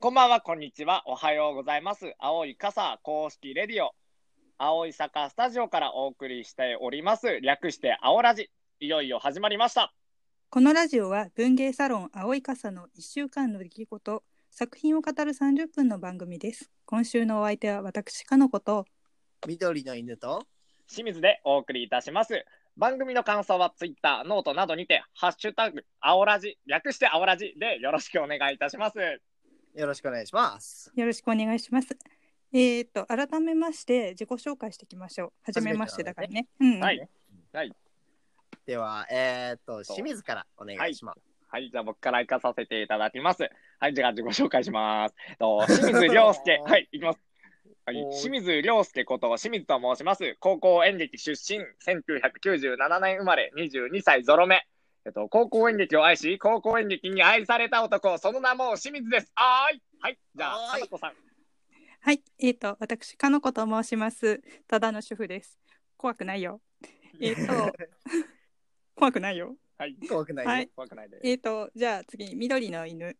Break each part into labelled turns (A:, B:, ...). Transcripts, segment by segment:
A: こんばんは、こんにちは。おはようございます。青い傘公式レディオ、青い坂スタジオからお送りしております。略して青ラジ。いよいよ始まりました。
B: このラジオは文芸サロン青い傘の1週間の出来事作品を語る30分の番組です今週のお相手は私かのこと
C: 緑の犬と
A: 清水でお送りいたします。番組の感想はツイッター、ノートなどにて、ハッシュタグ、青ラジ、略して青ラジでよろしくお願いいたします。
C: よろしくお願いします。
B: よろしくお願いしますえー、っと改めまして自己紹介していきましょう初めましてだからねうん、
A: はい
C: では、えー、っと、清水からお願いします。
A: はい、じゃあ僕から行かさせていただきます。はい、じゃあ自己紹介します。と清水亮介、はい、行きます。はい
C: おー、
A: 清水亮介こと清水と申します。高校演劇出身、1997年生まれ、22歳ゾロ目。えっと、高校演劇を愛し、高校演劇に愛された男、その名も清水です。あーい。はい、じゃあ、
C: はーい
A: 花子さん。
B: はい、えー、っと私かのこと申しますただの主婦です怖くないよえー、っと怖くないよ
A: はい、
C: 怖くない、
B: はい
A: 怖くないです。
B: えー、っとじゃあ次緑の犬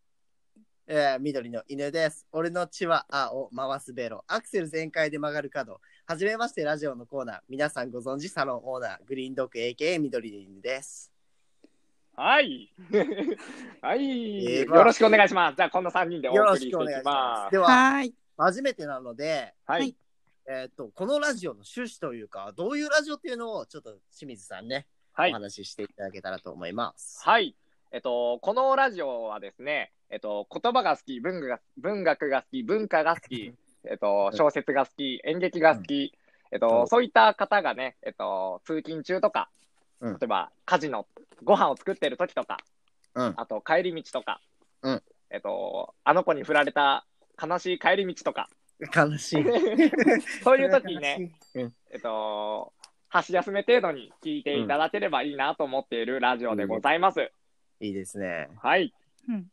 C: えー緑の犬です。俺の血は青、回すベロ、アクセル全開で曲がる角。はじめまして、ラジオのコーナー。皆さんご存知、サロンオーナー、グリーンドッグ AKA 緑の犬です。
A: はい。 はい、
C: えーまあ
A: よろしくお願いします。じゃあ、この3人でお
C: よろ
A: 送りして
C: し
A: い
C: くお願い
A: き
C: しま。
A: ます。
C: ですは、
B: はーい
C: 初めてなので、
A: はいい。
C: えーっと、このラジオの趣旨というか、どういうラジオっていうのを、ちょっと清水さんね、
A: はい
C: お。話ししていただけたらと思います。
A: はい。えっと、このラジオはですね、えっと、言葉が好き、文具が文学が好き、文化が好き、 えっと、小説が好き、演劇が好き、えっ
C: う
A: と
C: ん、
A: そういった方がね、えっと、通勤中とか、
C: うん
A: 例えば家事のご飯を作ってる時とか、
C: うん
A: あと帰り道とか、
C: うん
A: えっと、あの子に振られた悲しい帰り道とか、
C: 悲しい。
A: そういう時に ね、
C: うん。
A: えっと、箸休め程度に聞いていただければいいなと思っているラジオでございます。
C: いいですね。
A: はい。
B: うん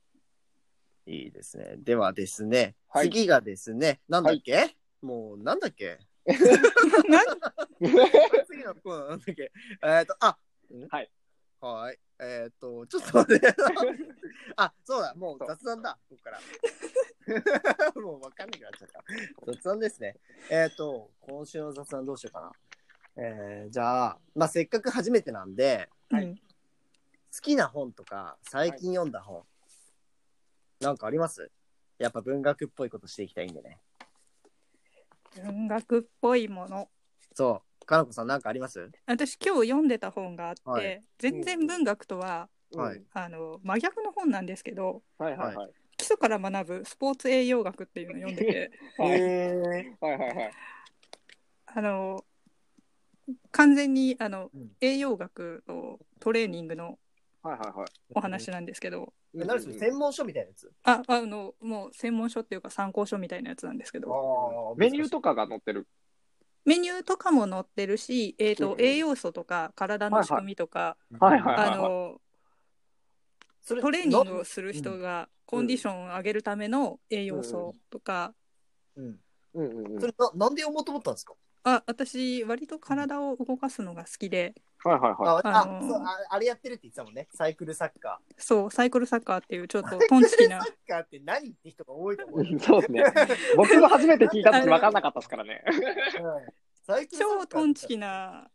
C: いいですね。ではですね、
A: はい
C: 次がですね、なんだっけ、もうなんだっ け次のコーナーなんだっけえっ、と、あん
A: はい。
C: はーい。えっ、と、ちょっと待って。 あ、そうだ、 もう雑談だ、こ こから。もうわかんなくなっちゃった。雑談ですね。えっ、と、今週の雑談どうしようかな。えー、じゃあ、まあ、せっかく初めてなんで、
A: はい
B: うん
C: 好きな本とか最近読んだ本、なんかありますやっぱ文学っぽいことしていきたいんでね
B: 文学っぽいもの
C: そうかなこさんなんかあります
B: 私今日読んでた本があって、
C: はい
B: 全然文学とは
C: はい
B: あの真逆の本なんですけど
A: はいはいはい。
B: 基礎から学ぶスポーツ栄養学っていうのを読ん でて
A: はい
C: え
A: はいはいはい。
B: あの完全にあの
C: うん
B: 栄養学とトレーニングの
A: はいはいはい。
B: お話なんですけど、
C: 何それ専門書みたいなやつ
B: ああのもう専門書っていうか参考書みたいなやつなんですけど
A: メニュー
C: と
A: とかが載ってる。
B: メニューとかも載ってるし、えーと
A: うん
B: 栄養素とか体の仕組みとか、
A: はいはい
B: あの
C: それ
B: トレーニングをする人が
C: うん
B: コンディションを上げるための栄養素とか、
C: うん
A: うんうんうん。はい
C: それななんで読もうと思ったんですか、
B: あ私割と体を動かすのが好きで
A: はいは
C: あ
B: あ
C: あ
B: のー
C: そうああれやってるって言ってたもんねサイクルサッカ
B: そうサイクルサッカーっていうちょっとトンチキ
C: ー
B: な
C: サッカーって何って人が多いと思う、うん
A: い。そうですね。 僕が初めて聞いた時分かんなかったですからね。
C: サイクルサッカー
B: 超トンチキな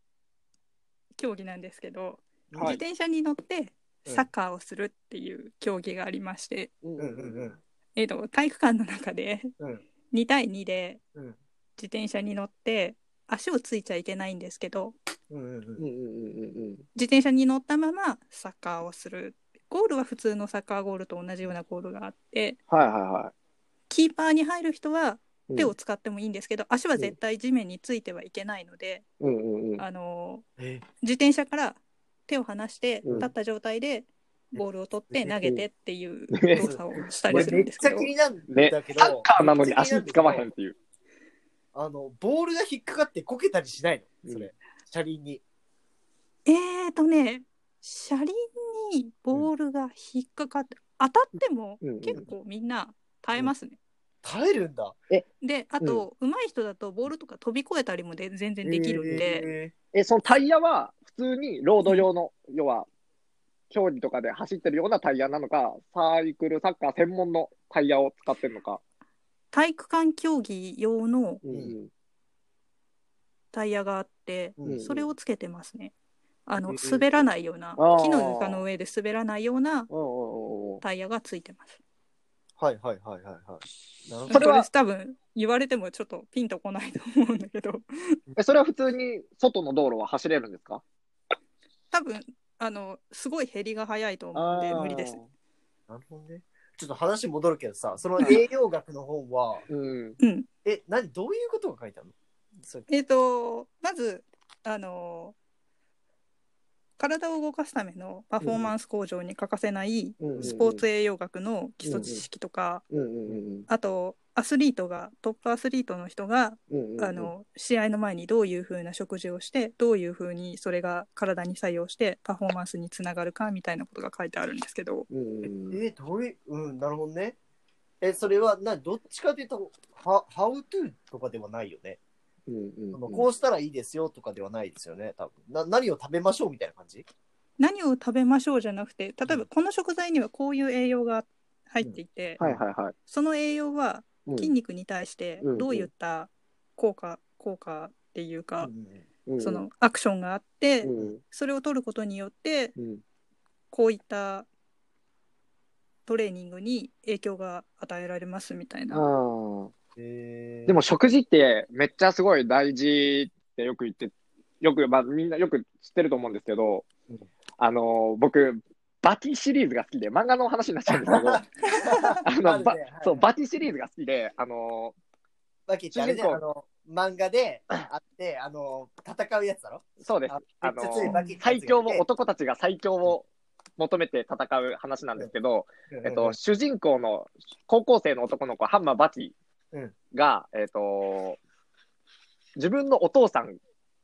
B: 競技なんですけど、
A: はい
B: 自転車に乗ってサッカーをするっていう競技がありまして、
A: うん
C: うんうんうん
B: えー、と体育館の中で
C: うん
B: 2対2で
C: うん
B: 自転車に乗って足をついちゃいけないんですけど
C: うんうんうん
A: うんうんうん。
B: 自転車に乗ったままサッカーをするゴールは普通のサッカーゴールと同じようなゴールがあって
A: はいはいは。
B: キーパーに入る人はい手を。使ってもいいんですけど、足は絶対地面についてはいけないので、
A: うんうんうん。
B: あの
C: え
B: 自転車から手を離して
A: うん
B: 立った状態でボールを取って
C: うん
B: 投げてっていう
A: うん
B: 動作をしたり
C: 俺
B: す
C: め
B: る
C: っ
B: んです
C: ち
B: け
C: ゃ
B: ど
C: 気、になるん
A: ね
C: だけど、
A: サッカーなのに足使わへんっていう。
C: あの、ボールが引っかかってこけたりしないのそれ、
A: うん
C: 車輪に。
B: えーとね車輪にボールが引っかかって当たっても
A: うんうん
B: 結構みんな耐えますね。
C: 耐えるんだ。
B: であと、上手い人だとボールとか飛び越えたりもで全然できるんで、
C: え
A: え、そのタイヤは普通にロード用の、要は、競技とかで走ってるようなタイヤなのか、サイクルサッカー専門のタイヤを使ってるのか。
B: 体育館競技用の
A: うん
B: タイヤがあって、
C: ー
A: うん
B: それをつけてますね。あ
C: う
B: の
C: ん
B: 滑らないような
A: あー
B: 木の床の上で滑らないような
A: うんうんうんうん。
B: タイヤがついてます。
C: はいはいはいはいはい。なる
A: そ
C: ほど
A: れは
B: 本当です多分言われてもちょっとピンとこないと思うんだけど
A: え、それは普通に外の道路は走れるんですか
B: 多分あのすごい減りが早いと思うんで無理です。。
C: なるほどね。ちょっと話戻るけどさ、その栄養学の本は、
A: うん。
B: うん、
C: え、何どういうことが書いてあるのそれ
B: えっ、とまずあの体を動かすためのパフォーマンス向上に欠かせない
A: うん
B: スポーツ栄養学の基礎知識とか、
A: うんうんうん
B: あとアスリートがトップアスリートの人が
A: うんうんうん。
B: あの試合の前にどういう風な食事をしてどういう風にそれが体に作用してパフォーマンスにつながるかみたいなことが書いてあるんですけど
A: うんうんうん。
C: え、どういう、うん、なるほどね。え、それは、な、どっちかというと、は、how to とかではないよね。
A: うんうん
C: あ
A: う
C: の
A: ん
C: こうしたらいいですよとかではないですよね、多分な何を食べましょうみたいな感じ
B: 何を食べましょうじゃなくて例え
C: うん
B: ばこの食材にはこういう栄養が入っていて、
A: はいはいはい。
B: その栄養
A: う
B: は
A: ん
B: 筋肉に対して
A: うん
B: どういった効果効果っていうか、
A: うん
B: そのアクションがあって、
A: うん
B: それを取ることによって
A: うん
B: こういったトレーニングに影響が与えられますみたい
A: あ
B: な。
A: ー
C: えー
A: でも、食事ってめっちゃすごい大事ってよく言って、よく、まあみんなよく知ってると思うんですけど
C: うん、
A: あの、僕、バキシリーズが好きで、漫画の話になっちゃうんですけど、あの
C: あるね
A: ば
C: はい
A: そう、バキシリーズが好きで、あの、
C: バキってあれ
A: 主
C: ね、
A: 人
C: あの漫画であって、あの戦うやつだろ
A: そうです。
C: め
A: あ
C: っちゃ強い
A: の、
C: バキってやつがい
A: 最
C: て
A: 強の男たちが最強を求めて戦う話なんですけど、えっ
C: うん
A: と、主人公の高校生の男の子、ハンマーバキが、えっと、自分のお父さん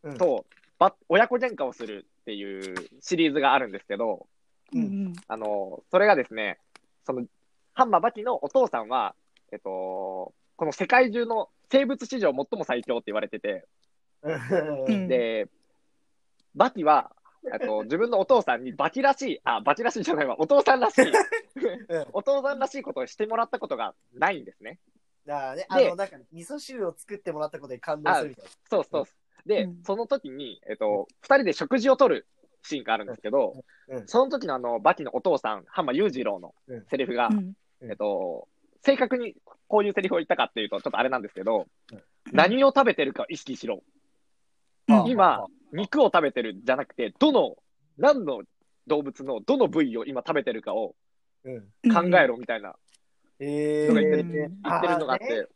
C: うん
A: とば親子喧嘩をするっていうシリーズがあるんですけど、
C: うん
B: うん
A: あの、それがですね、その、ハンマーバキのお父さんは、えっと、この世界中の生物史上最も最強って言われてて、
C: うん
A: で、バキは、あ と自分のお父さんにバキらしい、あ、バキらしいじゃないわ、お父さんらしい、お父さんらしいことをしてもらったことがないんですね。
C: だからね、あ
A: で
C: のなんか味噌汁を作ってもらったことで感動するみたい
A: そうそう。で、
B: うん
A: その時に、えっと、二人で食事をとるシーンがあるんですけど、
C: うんうん
A: その時のあの、バキのお父さん、浜裕次郎のセリフが、
B: うん
A: えっと、正確にこういうセリフを言ったかっていうと、ちょっとあれなんですけど、
C: うん
A: 何を食べてるかを意識しろ。
C: な。
B: うん
A: 今、肉を食べてるじゃなくて、どの、何の動物のどの部位を今食べてるかを
C: うん、
A: 考えろみたいな
C: え
A: と
C: ー、
A: か言って
B: る
A: 言ってるのがあっ
C: あーね
A: て、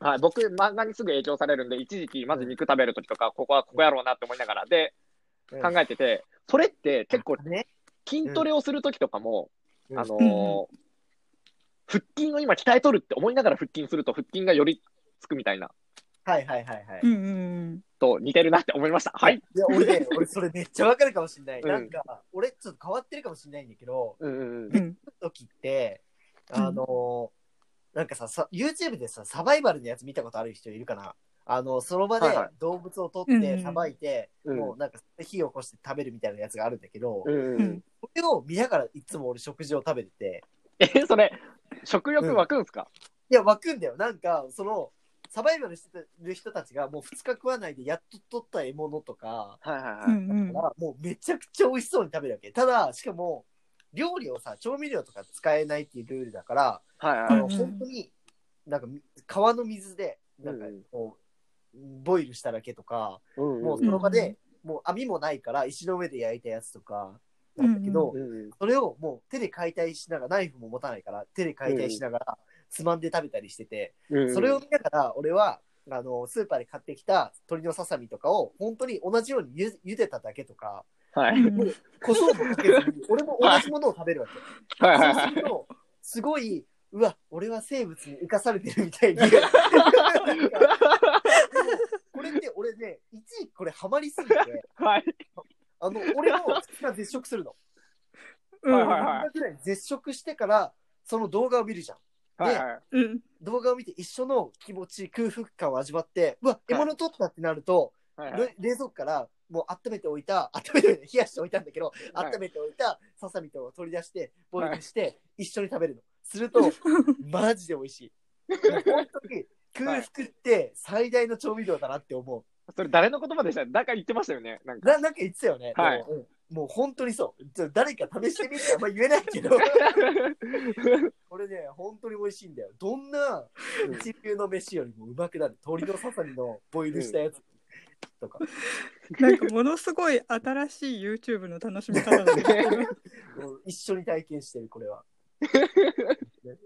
A: はい、僕、漫画にすぐ影響されるんで、一時期、まず肉食べるときとか、ここはここやろうなって思いながら、で、
C: うん
A: 考えてて、それって結構、
C: ね、
A: 筋トレをするときとかも、
C: うん
A: あのー腹筋を今鍛えとるって思いながら腹筋すると、腹筋がよりつくみたいな、
C: はいはいはいはい。
B: うんうん
A: と似てるなって思いました。はい。
C: いや俺ね、俺それめっちゃわかるかもしれない。
A: うん
C: なんか、俺ちょっと変わってるかもしれないんだけど、
A: うんうんうん
B: うんうん
C: 時って、あの、なんかささ、YouTube でさ、サバイバルのやつ見たことある人いるかなあの、その場で
A: はいはい
C: 動物を
B: う
C: 取っ
B: んう
C: て、
B: ん
C: さばいて、
A: うん
C: もうなんか火を起こして食べるみたいなやつがあるんだけど、
A: うんう
B: うんん、
C: それを見ながらいつも俺食事を食べてて、
A: え、それ、食欲湧くんすか、
C: いや、湧くんだよ。なんか、その、サバイバルしてる人たちがもう2日食わないでやっと取った獲物とか、
A: はいはいはい。
B: うんうん
C: からもうめちゃくちゃ美味しそうに食べるわけ。ただ、しかも、料理をさ、調味料とか使えないっていうルールだから、
A: はい
C: あ
A: はい。
C: の、
B: うんうん
C: 本当に、なんか、川の水で、なんか
A: うんうん
C: こう、ボイルしただけとか、
A: うんうん
C: もうその場で、もう網もないから、石の上で焼いたやつとか、なんだけど、
A: うんうん
C: それをもう手で解体しながら、ナイフも持たないから、手で解体しながら、つまんで食べたりしてて、
A: うん
C: それを見ながら、俺は、あの、スーパーで買ってきた鶏のささみとかを、本当に同じようにゆ茹でただけとか、
A: はい。
B: うん
C: こそもかけず に、俺も同じものを食べるわけ。
A: はいはい
C: そう
A: は
C: する
A: い。
C: と、すごい、うわ、俺は生物に生かされてるみたいに。なんかこれって俺ね、一時期これハマりすぎて、
A: はい。
C: あの、俺も好きな絶食するの。
A: はいはいはい
C: 俺がぐらい絶食してから、その動画を見るじゃん。
A: はいはい。
B: うん。
C: 動画を見て一緒の気持ち、空腹感を味わって、うわ、獲物取ったってなると、
A: はいはい
C: れ冷蔵庫からもう温めておいた、温めておいた、冷やしておいたんだけど、
A: はい
C: 温めておいたささみとを取り出して、ボイルして、一緒に食べるの。す ると、マジで美味しい。本当に空腹って最大の調味料だなって思
A: それ誰の言葉でしただから言ってましたよね。なん
C: う。
A: か。
C: ななんか言ってたよね。
A: はい
C: でもうんもう本当にそう。ちょ誰か試してみてあんま言えな いけど、これね、本当に美味しいんだよ。どんな一流の飯よりもうまくなる。鶏のささみのボイルしたやつとか。
B: なんかものすごい新しい YouTube の楽しみ方だね。
C: もう一緒に体験してる、これは。ね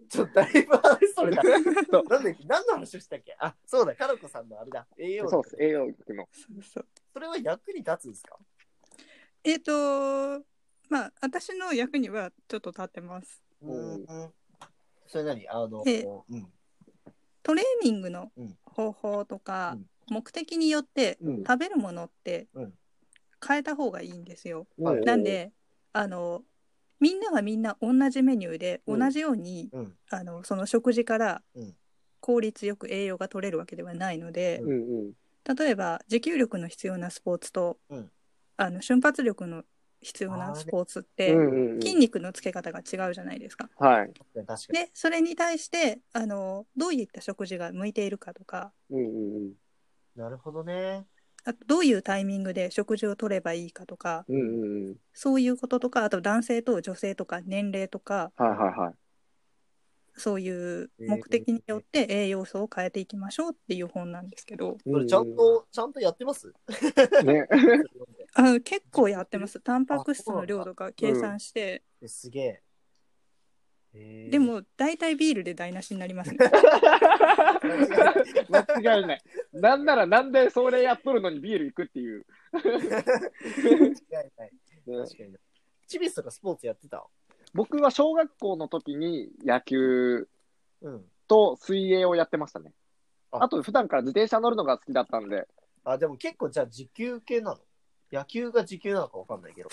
C: ちょっとだいぶ話それだ。なんだっけ何の話をしたっけあ、そうだ、かのこさんのあれだ。栄養
A: そう
C: そ
A: です、栄養学の。
B: そうそう
C: それは役に立つんですか
B: えっ、と、まあ私の役にはちょっと立ってます。
A: うん
C: うんそれ何あの、
B: ええ
C: うん。
B: トレーニングの
C: うん
B: 方法とか、
C: うん
B: 目的によって
C: うん
B: 食べるものって
C: うん
B: 変えた方がいいんですよ。
C: はい
B: なんであのみんながみんな同じメニューで
C: うん
B: 同じように、
C: うん。
B: あのその食事から
C: うん
B: 効率よく栄養が取れるわけではないので、
A: うんうん。
B: 例えば持久力の必要なスポーツと、
C: うん
B: あの瞬発力の必要なスポーツって、
A: うんうんうん
B: 筋肉のつけ方が違うじゃないですか。
A: はい。
C: 確かに。
B: でそれに対してあのどういった食事が向いているかとか
A: うんうん
C: なるほどね。
B: あとどういうタイミングで食事を取ればいいかとか
A: うん。うんうんうん。
B: そういうこととかあと男性と女性とか年齢とか
A: はいはいはい。
B: そういう目的によって栄養素を変えていきましょうっていう本なんですけど、
C: それちゃんと、ちゃんとやってます
A: ね。
B: あ結構やってますタンパク質の量とか計算して、
C: えすげええー。
B: でも大体ビールで台無しになりますね
A: 間違いない。なんならなんでそれやっとるのにビール行くっていう。
C: 間違いない。
A: ね
C: 確かに。チビスとかスポーツやってた
A: 僕は小学校の時に野球
C: うん。
A: と水泳をやってましたね。
C: あ
A: あと普段から自転車乗るのが好きだったんで、
C: あ、でも結構じゃあ時給系なの野球が時給なのかわかんないけど。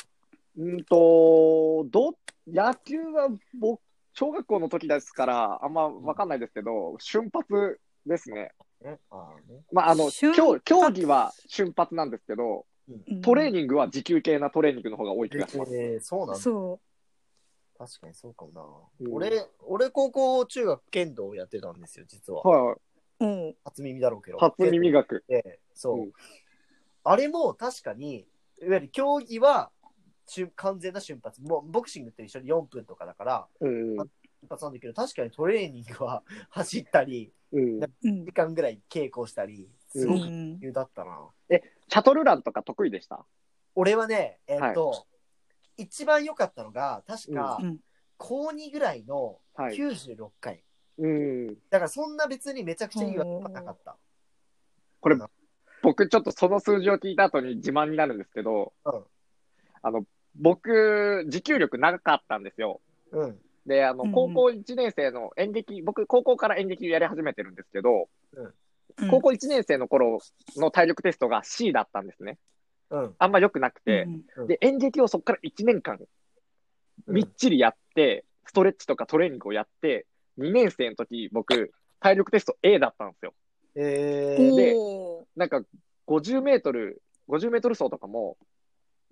A: うんと、ど、野球は僕、小学校の時ですから、あんまわかんないですけど、瞬発ですね。
C: ね、ああね。
A: まあ、あの、
B: 瞬
A: 競競技は瞬発なんですけど、トレー
B: ニ
A: ニングは持久系なトレーニングの方が多い気がします。
C: えー、そうなんだ。
B: そ
C: 確かにそうかもな。
A: うん
C: 俺、俺高校、中学、剣道をやってたんですよ、実は。
A: は
B: うも
C: 初耳だろうけ
A: い。
C: ど。
A: 初耳学。
C: 剣道でそう、
A: うん
C: あれも確かに、いわゆる競技は瞬完全な瞬発。もうボクシングと一緒に4分とかだから、
A: うん。うん
C: 瞬発なんだけど、確かにトレーニングは 走ったり、
A: うん
B: う、うん
C: 時間ぐらい稽古したり、す
B: う
C: ごく余
B: ん、
C: 裕だったな。
A: シャトルランとか得意でした
C: 俺はね、えっと、一番良かったのが、確か、
B: うん
C: 高2ぐらいの
A: はい。
C: 96回。
A: うん。
C: だからそんな別にめちゃくちゃいいわけはなかった。
A: これ、僕ちょっとその数字を聞いた後に自慢になるんですけど、
C: うん
A: あの、僕、持久力なかったんですよ。
C: うん。
A: で、あの
B: う、ん
A: 高校1年生の演劇、僕、高校から演劇やり始めてるんですけど、
B: うん
A: 高校1年生の頃の体力テストが C だったんですね。
C: うん。
A: あんま良くなくて
B: う。ん
C: うん
A: で、演劇をそこから1年間、みっちりやって、ストレッチとかトレーニングをやって、2年生の時、僕、体力テスト A だったんですよ。
C: えー、
A: で
B: おー
A: なんか、50メートル、50メートル走とかも、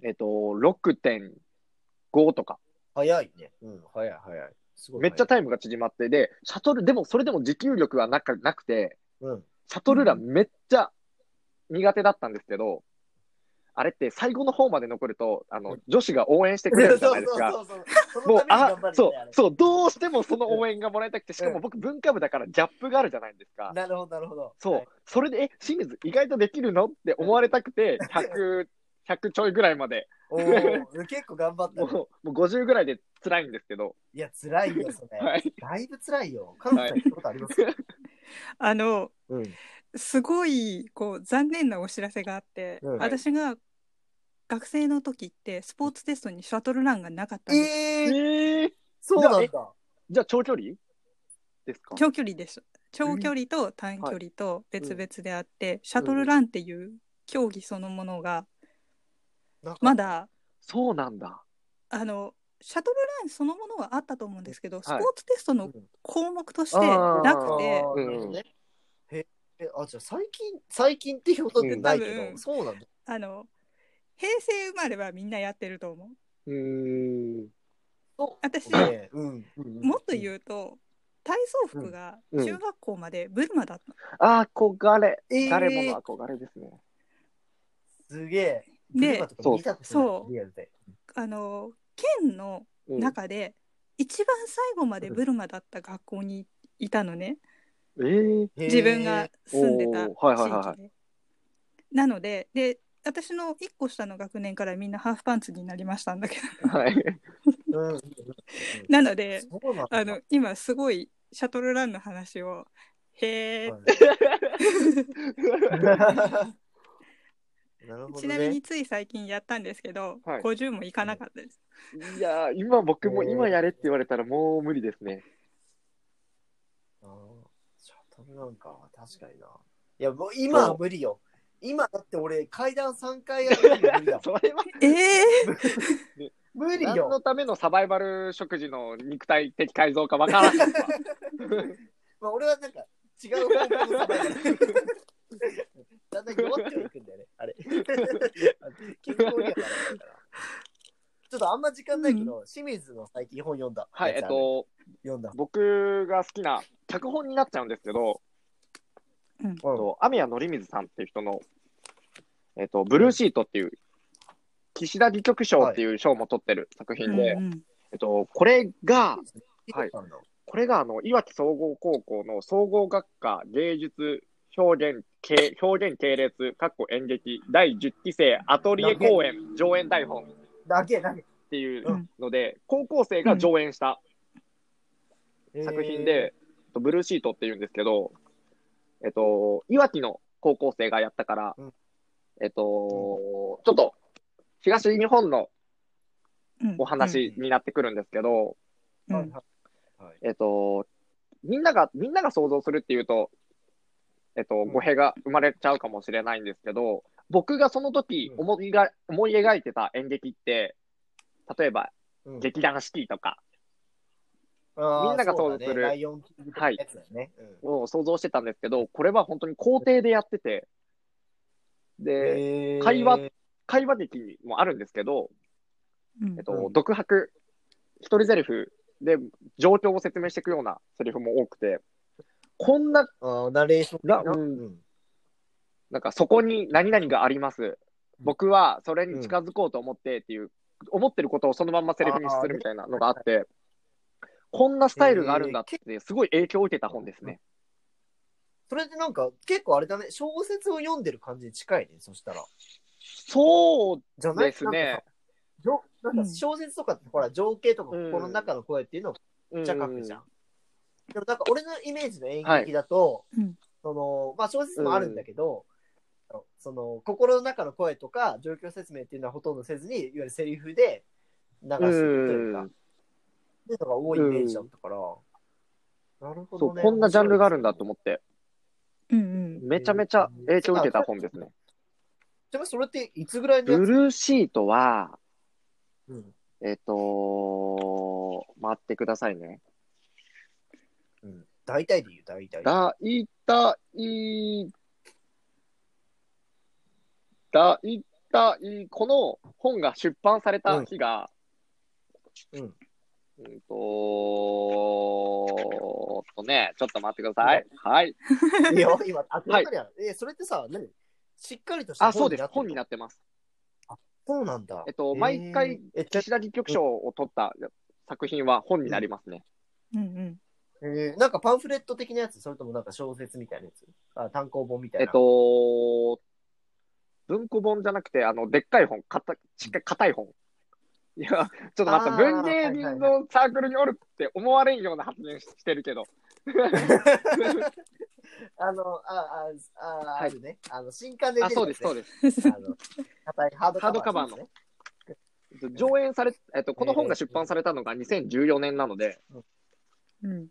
A: えっと、6.5とか、
C: 早いね。うん、早い早い。すごい
A: め
C: 早い。
A: っちゃタイムが縮まって、で、シャトル、でも、それでも持久力はなかなくて、
C: うん。
A: シャトルランめっちゃ苦手だったんですけど、あれって最後の方まで残ると、あの、女子が応援してくれ
C: そう
A: るじゃ
C: そ
A: ないうです
C: そう
A: か。
C: そうそう。そ
A: も
C: の
A: う、
C: ために
A: あ
C: 頑張る、
A: そう
C: ねあれ、
A: そう、どうしてもその応援がもらいたくて、しかも僕文化部だからギャップがあるじゃないですか。
C: なるほど、なるほど。
A: そう、それで、え、清水意外とできるのって思われたくて、100、100ちょいぐらいまで、
C: はい。おお、結構頑張 った
A: も
C: ね。
A: うもう50ぐらいで辛いんですけど、
C: いや、辛いよ、それ。
A: はい。
C: だいぶ辛いよ。彼女さん、ことあります
B: あの
C: うん。
B: すごいこう残念なお知らせがあって、
C: うん
B: 私が学生の時ってスポーツテストにシャトルランがなかったんです、
A: え
C: えー、
A: ー、
C: そうなんだ。
A: じゃあ長距離ですか
B: 長距離です長距離と短距離と別々であって、シャトルランっていう競技そのものが
C: なんか
B: ま、だ、
A: そうなんだ。
B: あのシャトルランそのものはあったと思うんですけど、スポーツテスト
C: う
B: の
C: ん
B: 項目としてな
C: あ
B: く
C: ー
B: て、
C: なるほどねへえあじゃあ最近最近っていうことでないけど、
B: うん
C: そうなんだ
B: あの、平成生まれはみんなやってると思う。
A: うーん。
B: 私、
C: ねうんうん
B: もっと
C: う
B: 言うと、体操服が
A: うん
B: 中学校までブルマだったの。
A: 憧れ。
C: ん、えー
A: 誰もの憧れですね。
C: すげえ
B: で
C: ブルマとか見たことない
B: そう
C: リアルで
B: あの、県の
A: うん
B: 中で、一番最後までブルマだった学校にいたのね。
A: えー、
C: へえ
B: 自分が住んでた地
A: おーはいはいはいはい
B: 域で。なので、で、私の一個下の学年からみんなハーフパンツになりましたんだけど。
A: はい。
C: うんうんうん
B: なので、
C: そうなんだ
B: あの、今すごいシャトルランの話を、へ え、
C: なるほどね
B: ちなみについ最近やったんですけど、
A: はい
B: 50もいかなかったです。
A: いやー、今僕も
C: えー
A: 今やれって言われたらもう無理ですね。。
C: あーシャトルなんか確かにな。いや、もう今は無理よ。今だって俺、階段3階やるの無理だ
A: それは
B: ええ
C: 無理
A: 何
C: よ
A: の。ためのサバイバル食事の肉体的改造かわからない。
C: まあ、俺はなんか違う方向のサバイバルだんだん弱ってはいくんだよね。あれ。 健康にはならないから。ちょっとあんま時間ないけど、清水の最近本読んだ。
A: はい、えっ。と、
C: 読んだ。
A: 僕が好きな脚本になっちゃうんですけど、えっと雨谷則水さんっていう人の、えっと、ブルーシートっていう、岸田戯曲賞っていう賞も取ってる作品で、
B: うん
A: えっと、これが、はい
C: 読んだ
A: これがあの、岩木総合高校の総合学科芸術表現系表現系列、かっこ演劇第10期生アトリエ公演上演台本っ
C: だけ、だけ。
A: ていうので、高校生が上演した作品で、ブルーシートっていうんですけど、えっと、いわきの高校生がやったから、
C: うん
A: えっと、ちょっと東日本の
B: うん
A: お話になってくるんですけど、
C: えー。
B: うん
C: はいはいはい
A: えっと、みんなが、みんなが想像するっていうと、えっと、
C: ん
A: 語弊が生まれちゃうかもしれないんですけど、僕がその時
C: うん
A: 思いが、思い描いてた演劇って、例えば
C: うん
A: 劇団四季とか
C: み
A: みんなが想像する
C: ライオンキングとかのやつだよね。うん
A: を想像してたんですけど、これは本当に校庭でやってて、で、
C: へー
A: 会話会話劇もあるんですけど、
B: うん
A: えっと、
C: うん
A: 独白、一人台詞で状況を説明していくようなセリフも多くて、こんな
C: あーナレーション
A: ラ
C: な
A: うんなんかそこに何々があります。僕はそれに近づこうと思ってっていう、思ってることをそのまんまセリフにするみたいなのがあって、こんなスタイルがあるんだって、すごい影響を受けた本ですね。
C: それでなんか結構あれだね、小説を読んでる感じに近いね、そしたら。
A: そう
C: じゃない
A: ですね。。
C: なんかさじょなんか小説とかってほら、情景とか
A: うん
C: 心の中の声っていうのを
A: う
C: めっ
A: ん
C: ちゃ書くじゃん。でもなんか俺のイメージの演劇だと、
B: はいうん
C: そのまあ、小説もあるんだけど、その心の中の声とか状況説明っていうのはほとんどせずにいわゆるセリフで流していくというか、
A: うん
C: っていうのが多いイメージだったから、なる
A: そ
C: ほど
A: う、
C: ね。
A: こんなジャンルがあるんだと
C: 思
A: 思って、
B: うん
A: めちゃめちゃ影響を受けた本ですね。
C: ちなみにそれっていつぐらいの
A: ブ
C: やつ、
A: ルーシートは、
C: うん
A: えっ、と待ってくださいね。
C: うん、大体で言う、大体。
A: だいたい、だいたい、この本が出版された日が、
C: うんうん
A: うんとーっとね、ちょっと待ってください。はい。
C: いいよ、今、あ、はい、えそれってさ、何しっかりとした
A: あ、そうです。本にな
C: って
A: ってます。
C: るそうなんだ。
A: えっと
C: へー
A: 毎回、
C: え、ちょ
A: 岸田戯曲賞を取った作品は本になりますね。
B: うんうん
C: えーなんかパンフレット的なやつそれともなんか小説みたいなやつあ単行本みたいな。
A: えっとー文庫本じゃなくて、あの、でっかい本、かた、しっかり硬い本。いや、ちょっと待った、
C: あー
A: 文芸人のサークルにおるって思われんような発言ししてるけど。
C: あの、あ、あ、あ、
A: い
C: あるね。あの、新刊で出
A: あ、そうです、そう
C: で
A: です。
B: うん。
C: あの、硬いハードカバーのやつね、
A: 上演され、えっと、この本が出版されたのが2014年なので、
B: うん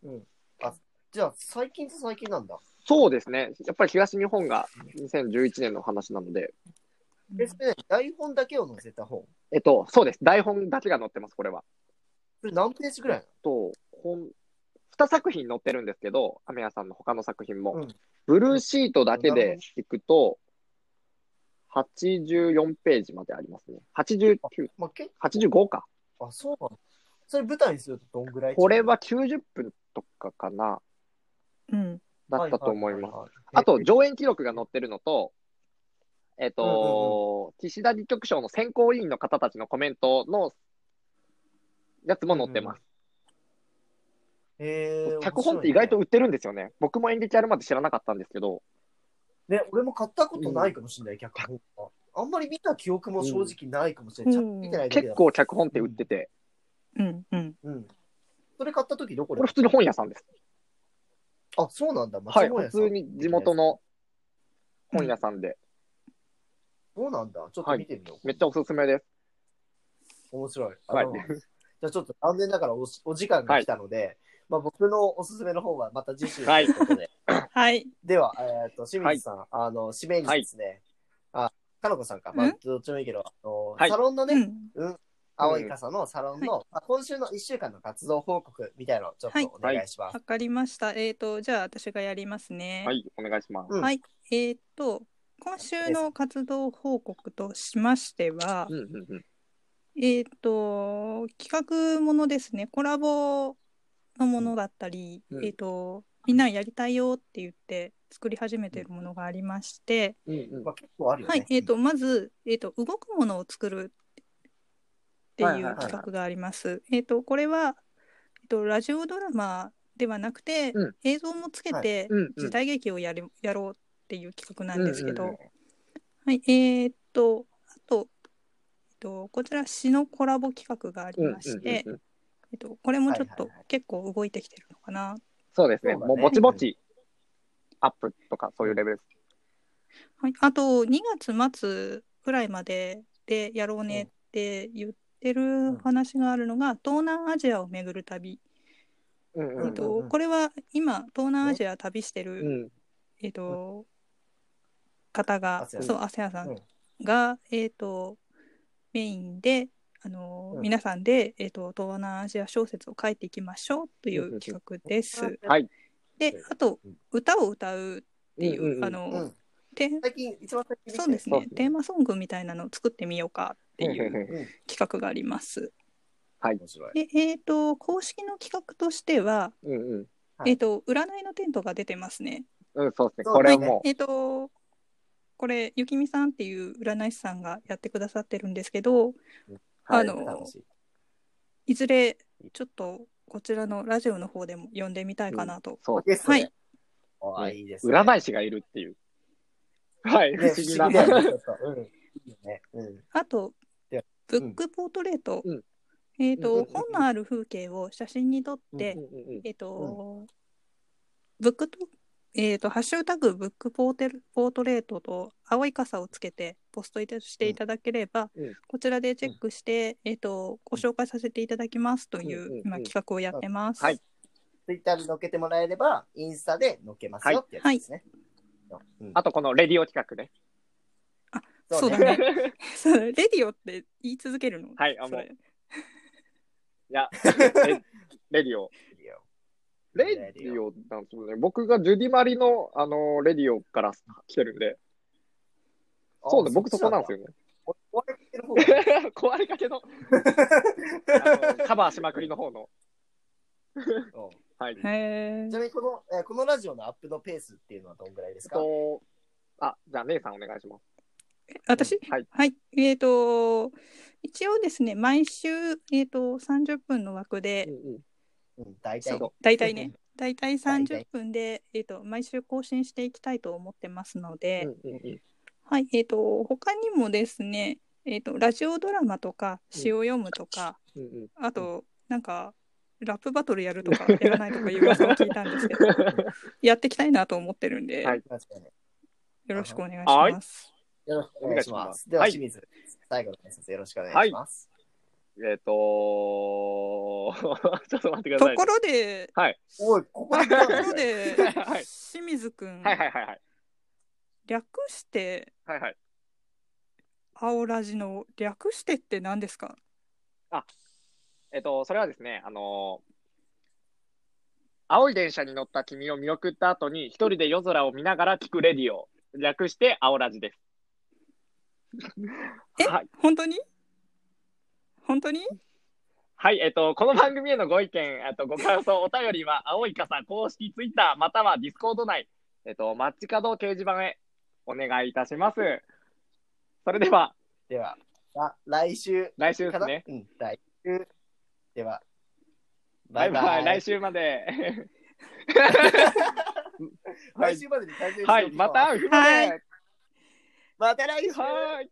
C: じゃあ、最近と最近なんだ。
A: そうですね。やっぱり東日本が2011年の話なので、
C: え、それね台本だけを載せた本。
A: えっと、そうです。台本だけが載ってます、これは。
C: それ何ページぐらい
A: と、こん2作品載ってるんですけど、雨宮さんの他の作品も。
C: うん
A: ブルーシートだけでいくと、84ページまでありますね。89、
C: まあ、結
A: 85か。
C: 構、あ、そうなのそれ舞台にするとどんぐらい
A: これは90分とかかな、
B: うん。
A: だったと思います。
C: す。
A: あと、上演記録が載ってるのと、えっ、と、岸田理局長の選考委員の方たちのコメントのやつも載ってます。
C: えー
A: 脚本って意外と、売ってるんですよね。僕も演劇やるまで知らなかったんですけど、
C: 面白いねね、俺も買ったことないかもしれない、脚本は。あんまり見た記憶も正直ないかもしれない。
B: うん
C: ちゃんと見てないだけだ
A: 結構脚本って売ってて、
B: うん。うん。
C: うん。それ買った時どこ
A: こ
C: で
A: れ普通の本屋さんです。
C: あ、そうなんだ。
A: はい、
C: 本屋
A: 普
C: さん
A: 通に地元の本屋さんで、
C: そうなんだ。ちょっと見てみよう。
A: めっちゃおすすめです。
C: 面白い。
A: はい
C: あのじゃあちょっと残念ながらおしお時間が来たので、まあ僕のおすすめの方はまた次週と
A: はい
C: いうことで。
B: はい。
C: では、えっ、と、清水さん、あの、締めにですね、あ、かのこさんか、まあ
B: ん、
C: どっちもいいけど、あの、
A: はい
C: サロンのね、
B: うん。
C: 青い傘のサロンの、まあ、今週の1週間の活動報告みたいのをちょっとお願いします。
B: わかりました。えっ、と、じゃあ私がやりますね。
A: はい、お願いします。
C: うん
B: はい。えっ、と、今週の活動報告としましては
A: う、んうんうん。
B: えっ、と、企画ものですね、コラボのものだったり、
A: うん
B: えっ、と、みんなやりたいよって言って作り始めてるものがありまして、
A: うんうん
C: まあ、結構あるよね。
B: はい、えっ、と、まず、えっ、と、動くものを作るっていう企画があります。えっ、と、これは、えっ、と、ラジオドラマではなくて、
A: うん
B: 映像もつけて、
A: うんうん
B: 時代劇をやるやろうっていう企画なんですけど、
A: うんうん
B: はい、えーっと、あと、えっと、こちら詩のコラボ企画があり
A: うんうん
B: まして、
A: うんうん
B: えっと、これもちょっ
C: はい
B: と
C: はいはい
B: 結構動いてきてるのかな。
A: そうですね、
C: そうだ
A: も
C: ね
A: うぼちぼちアップとかそういうレベルです。
B: はい、あと、2月末ぐらいまででやろうねって言ってる話があるのが、東南アジアを巡る旅。
A: うん
C: うん
B: えっと、これは今、東南アジア旅してる、
A: うん
B: えっと、方が、
C: ASEAN
B: そう、アセアさ
C: うんん
B: が、えっと、メインで、あの、
C: うん
B: 皆さんで、えっと、東南アジア小説を書いていきましょうという企画です。
A: はい。
B: で、あと
C: うん、
B: 歌を歌うってい
A: うんうんう
B: う、
A: ん
B: あ
C: う
B: の
C: ん、
B: テー
C: 最近、一番最近
B: そうです
A: そう
B: ね
A: ですね、
B: テーマソングみたいなのを作ってみようかってい
A: うんう
B: うん
A: うん
C: うん
B: 企画があります。
C: 面白い。
B: で、えっと、公式の企画としては、
A: うんうん
C: はい
B: えっと、占いのテントが出てますね。
A: うん、そうですね。
C: そう
A: これはもう、
B: えっと、これ、ゆきみさんっていう占い師さんがやってくださってるんですけど、
A: はい
B: あの
C: 楽しい
B: いずれちょっとこちらのラジオの方でも読んでみたいかなと。
A: そう、
C: ゲスト
B: は
C: で
B: い。
C: ああいいですね。
A: 占い師がいるっていう。はい、不
C: ね
A: 思議な。
C: だよねちょっとうんいいよねうん
B: あと
C: いや、
B: ブックポートレート。
A: うん
B: えっ、
A: うんうん
B: と、
A: うん
B: 本のある風景を写真に撮って、
A: うんうんうん
B: えっ、と、ブックと、えっ、と、ハッシュタグブックポーテルポートレートと青い傘をつけてポストしていただければ、
A: うんうん
B: こちらでチェックして、えっ、と、ご紹介させていただきますとい
A: うんうんうん
B: う、今企画をやってます。
A: はい
C: ツイッターに載っけてもらえれば、インスタで載っけますよってやつですね。うん
A: あと、このレディオ企画ね。
B: そうだね。 そうレディオって言い続けるの
A: はいあ
B: それ
A: いや、レレディオ。
C: いいよ
A: レディオなんですよね。僕がジュディマリの、あの、レディオから来てるんで。
C: あ
A: そうだ、僕そこなんですよね。
C: お追われてる方が
A: 壊れかけのあのカバーしまくりの方の。
C: うん
A: はい。
B: へえ
C: ちなみにこの、えーこのラジオのアップのペースっていうのはどんぐらいですか
A: と、あ、じゃあ、姉さんお願いします。
B: 私
A: はい。
B: はい。えっ、と、一応ですね、毎週、えっ、と、30分の枠で、
C: うん、大
A: そ
C: 体
A: う。
B: だいたいね、だいたい
C: 大
B: 30
C: 体
B: 分で、えっ、と、毎週更新していきたいと思ってますので、
A: うんうんうん
B: はい。えっ、と、他にもですね、えっ、と、ラジオドラマとか、詩を読むとか、
A: うんうん
B: あと、なんか、ラップバトルやるとか、やらないとかいう噂を聞いたんですけ ど、やっていきたいなと思ってるんで、
A: はい
C: 確かに
B: よろしくお願いし
A: はい
B: ます。
C: よろしくお願いします。
A: お
C: では、
A: 願いします
C: 清水、最後の挨拶よろしくお願いします。
A: えっ、 とちょっと待ってくだ
B: と
A: さいね、
B: ころで、
C: おい、ここで
B: ところで
A: はい、
B: 清水くん、
A: はいはいはいはい。
B: 略して、
A: はいはい。
B: 青ラジの略してって何ですか
A: えっと、それはですね、あのー青い電車に乗った君を見送った後に、一人で夜空を見ながら聞くレディオ、略して青ラジです。
B: え
A: はい、
B: 本当に本当に
A: はい、えっと、この番組へのご意見、えっと、ご感想、お便りは、青い傘公式ツイッター、またはディスコード内、えっと、マッチ角掲示板へお願いいたします。それでは、
C: では、あ来週
A: 来週で
C: か
A: す
C: な、
A: ね。
C: うん、来週。では、
A: バ
C: バ
A: イ
C: イバイ。
A: バイ、来週まで。
C: 来週までに完成しておき
A: はい、また。会う日まで。
B: はい
C: また来週。
A: はい